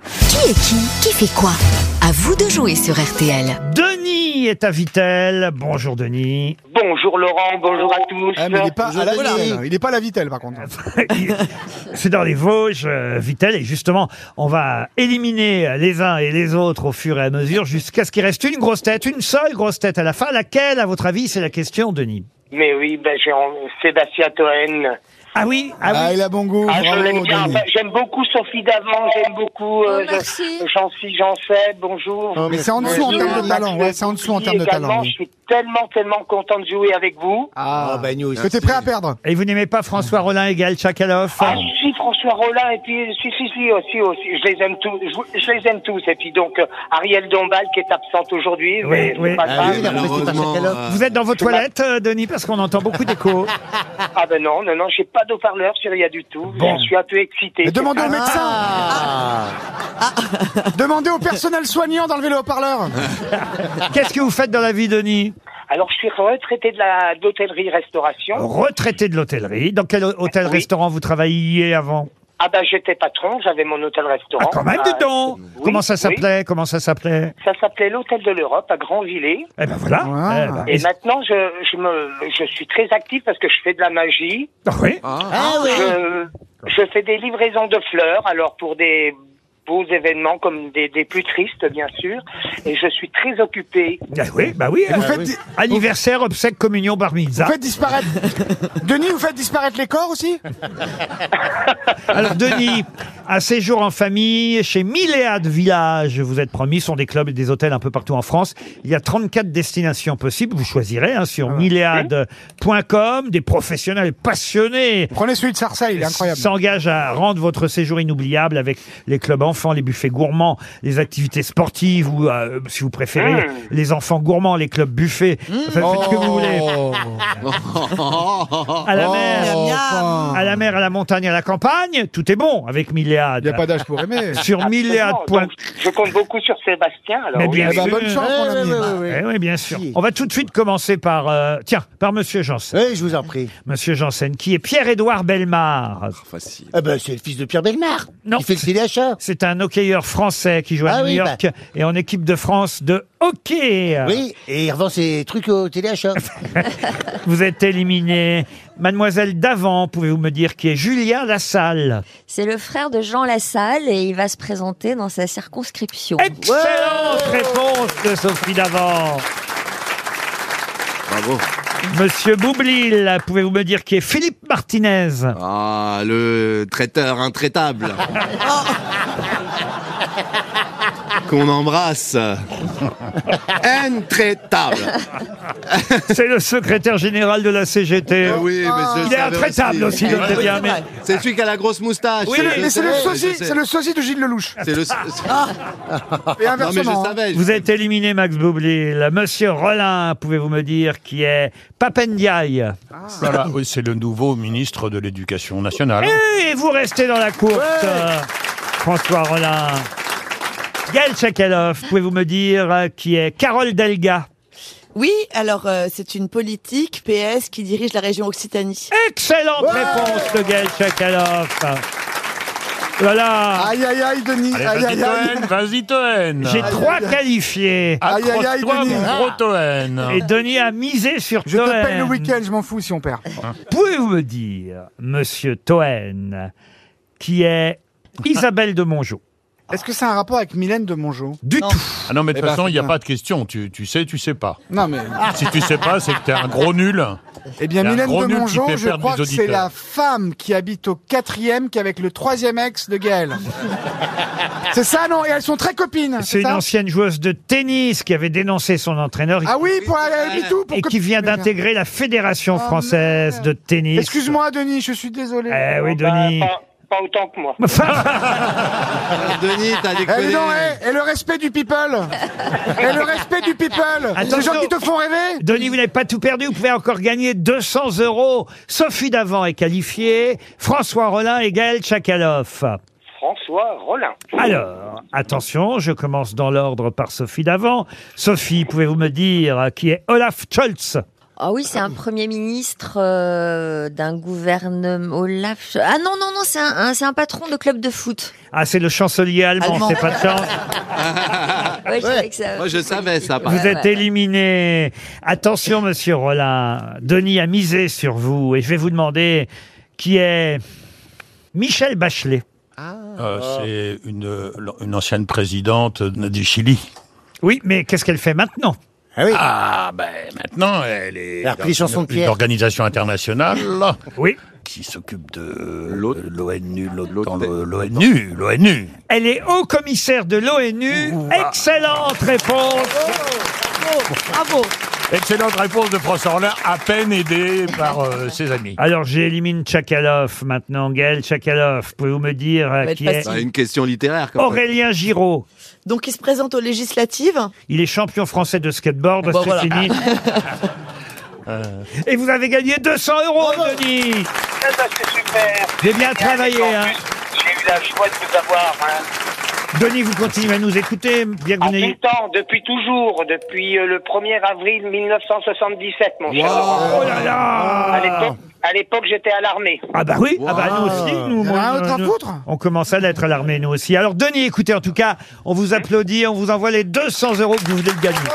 Qui est qui Qui fait quoi À vous de jouer sur RTL. Denis est à Vitel. Bonjour Denis. Bonjour Laurent, bonjour à tous. Ah, mais il n'est pas à la Voilà. Vitelle. Il est pas à la Vitelle, par contre. C'est dans les Vosges, euh, Vitel, et justement, on va éliminer les uns et les autres au fur et à mesure jusqu'à ce qu'il reste une grosse tête, une seule grosse tête à la fin. Laquelle, à votre avis, c'est la question, Denis Mais oui, ben j'ai en- Sébastien Toen. Ah oui, ah oui. Ah, il a bon goût. Ah, je bravo, l'aime bien. Denis. Ben, j'aime beaucoup Sophie Davant, j'aime beaucoup euh, Oh, merci. je- Jean-Cy Janset, bonjour. Oh, mais c'est en dessous en Bonjour, termes de talent, Maxwell ouais, c'est en dessous en Petit termes de également. talent, oui. Je suis tellement, tellement content de jouer avec vous. Ah, bah, nous que t'es prêt à perdre Et vous n'aimez pas François Rollin et Gaël Tchakaloff Ah, si, si, François Rollin, et puis, si, si, si, aussi, aussi, je les aime tous, je, je les aime tous, et puis donc, euh, Ariel Dombal qui est absente aujourd'hui, Oui, mais c'est oui. Ah pas grave. Vous êtes dans vos toilettes, euh, Denis, parce qu'on entend beaucoup d'écho. Ah ben non, non, non, j'ai pas de parleur sur rien du tout, Bon. je suis un peu excité. Mais demandez au médecin Ah. Demandez au personnel soignant d'enlever le haut-parleur Qu'est-ce que vous faites dans la vie, Denis Alors, je suis retraité de la d'hôtellerie-restauration. Retraité de l'hôtellerie. Dans quel hôtel-restaurant vous travailliez avant Ah ben, j'étais patron, j'avais mon hôtel-restaurant. Ah, quand même, Ah, dites donc oui, Comment ça oui. s'appelait Comment ça s'appelait Ah, Ça s'appelait l'Hôtel de l'Europe à Grandvillers. Eh ben voilà. Ah. Eh ben, Et et- maintenant, je, je, me, je suis très actif parce que je fais de la magie. Ah oui. Ah ouais. Je, je fais des livraisons de fleurs, alors pour des beaux événements comme des, des plus tristes, bien sûr. Et je suis très occupé. Ah oui, bah oui. vous euh, faites, oui. di- Anniversaire, obsèque, communion, bar mitzvah. vous faites disparaître... Denis, vous faites disparaître les corps aussi Alors Denis, un séjour en famille chez Milléa de Village, vous êtes promis, sont des clubs et des hôtels un peu partout en France. Il y a 34 destinations possibles, vous choisirez hein, Ah sur milléade.com, des professionnels passionnés Prenez celui de Sarcelles, il est incroyable. s'engagent à rendre votre séjour inoubliable avec les clubs enfants, les buffets gourmands, les activités sportives ou, euh, si vous préférez, Mmh. les enfants gourmands, les clubs buffets. Enfin, faites ce que vous voulez. Ah, À la mer, Oh, enfin. à la mer, à la montagne, à la campagne, tout est bon avec Milléade. Il n'y a pas d'âge pour aimer. Sur Absolument. Milléade.com. Donc, Je compte beaucoup sur Sébastien. Alors, Mais oui, bien Eh ben, sûr. bonne chance, Ouais, mon ami. ouais, ouais, ouais, ouais. Eh oui, bien sûr. Si. On va tout de suite commencer par, euh, tiens, par Monsieur Janssen. Eh, je vous en prie. Monsieur Janssen, qui est Pierre-Édouard Bellemare. Ah bah, c'est le fils de Pierre Bellemare. Non. Il fait le téléachat. C'est un hockeyeur français qui joue à Ah New oui, York et en équipe de France de hockey. Oui, et il revend ses trucs au téléachat. Vous êtes éliminé. Mademoiselle Davant, pouvez-vous me dire qui est Julien Lassalle C'est le frère de Jean Lassalle et il va se présenter dans sa circonscription. Excellente réponse de Sophie Davant. Bravo. Monsieur Boublil, pouvez-vous me dire qui est Philippe Martinez Ah, le traiteur intraitable. Qu'on embrasse. Intraitable. C'est le secrétaire général de la CGT. Eh oui, mais je Il est savais intraitable aussi, Eh je le hein, sais oui. bien. Mais... C'est celui qui a la grosse moustache. Oui, Je Mais c'est le sais, sosie, je sais. c'est le sosie de Gilles Lelouch. C'est le. Et Non, mais je inversement. hein. savais. Vous êtes éliminé, Max Boublil. Monsieur Rollin, pouvez-vous me dire qui est Papendiaï Voilà, oui, c'est le nouveau ministre de l'Éducation nationale. Et vous restez dans la course, euh, François Rollin. Gaël Tchakaloff, pouvez-vous me dire euh, qui est Carole Delga Oui, alors euh, c'est une politique PS qui dirige la région Occitanie. Excellente réponse de Gaël Tchakaloff. Voilà, hein. Aïe, aïe, aïe, Denis. Allez, Aïe, vas-y aïe, aïe. Toen, vas-y Toen j'ai trois qualifiés. Aïe, aïe, aïe, Accroche-toi, Denis. mon gros Toen Ah. Et Denis a misé sur Ah. Je te paye le Toen. week-end, je m'en fous si on perd. Pouvez-vous me dire, monsieur Toen, qui est Isabelle de Mongeau Est-ce que c'est un rapport avec Mylène de Mongeau Du tout. Ah non, mais de Eh toute ben, façon, il n'y a putain. pas de question. Tu, tu sais, tu sais pas. Non, mais. Ah. Si tu sais pas, c'est que t'es un gros nul. Euh, Eh bien, Il y a un Mylène gros de nul qui Mongeau, fait je perdre crois les que c'est auditeurs. la femme qui habite au quatrième qui est avec le troisième ex de Gaël. c'est ça, non Et elles sont très copines. C'est une ça ancienne joueuse de tennis qui avait dénoncé son entraîneur Ah oui, pour aller à Bitou, pour et que- qui vient d'intégrer la Fédération française de tennis. Excuse-moi, Denis, je suis désolé. Eh oui, bah, Denis. pas, pas autant que moi. Denis, t'as Eh, dis déconné. donc, eh, et le respect du people Et le respect du people Les Attention. gens qui te font rêver Denis, vous n'avez pas tout perdu, vous pouvez encore gagner 200 euros. Sophie Davant est qualifiée, François Rollin et Gaël Tchakaloff. François Rollin. Alors, attention, je commence dans l'ordre par Sophie Davant. Sophie, pouvez-vous me dire qui est Olaf Scholz Ah oui, c'est un premier ministre euh, d'un gouvernement Olaf. Ah non, non, non, c'est un, un- c'est un patron de club de foot. Ah, c'est le chancelier allemand, Allemand. c'est pas de chance. Ouais, je savais que ça- Moi, je savais ça. par Vous Ouais, êtes ouais. éliminé. Attention, monsieur Rollin. Denis a misé sur vous et je vais vous demander qui est Michel Bachelet. Euh, c'est une, euh, une ancienne présidente du Chili. Oui, mais qu'est-ce qu'elle fait maintenant Ah oui. Ah, ben maintenant, elle est Elle a repris les chansons de une- Pierre. une organisation internationale là, Oui. qui s'occupe de de l'ONU, l'OTAN, le- l'ONU, l'ONU. Elle est haut commissaire de l'ONU. Excellente réponse. Excellente réponse de François Hollande, à peine aidé par euh, ses amis. Alors j'élimine Tchakalov maintenant. Gaël Tchakalov, pouvez-vous me dire euh, va être qui est facile. Bah, une question littéraire, quand même. Aurélien Giraud. Donc il se présente aux législatives. Il est champion français de skateboard, Bon, c'est voilà. fini. Euh, Et vous avez gagné 200 euros, Denis. Ah, bah, c'est super. J'ai bien travaillé. En Hein. plus, J'ai eu la joie de vous avoir. hein. Denis, vous continuez à nous écouter, bien que En vous n'ayez- tout temps, depuis toujours, depuis euh, le 1er avril 1977, mon cher Wow. Laurent. Oh là là À l'époque- À l'époque, j'étais à l'armée. Ah bah oui, ah bah nous aussi, nous. Il y en a moi, un nous- autre à nous- foutre. On commence à l'être à l'armée, nous aussi. Alors Denis, écoutez, en tout cas, on vous applaudit, on vous envoie les 200 euros que vous venez de gagner.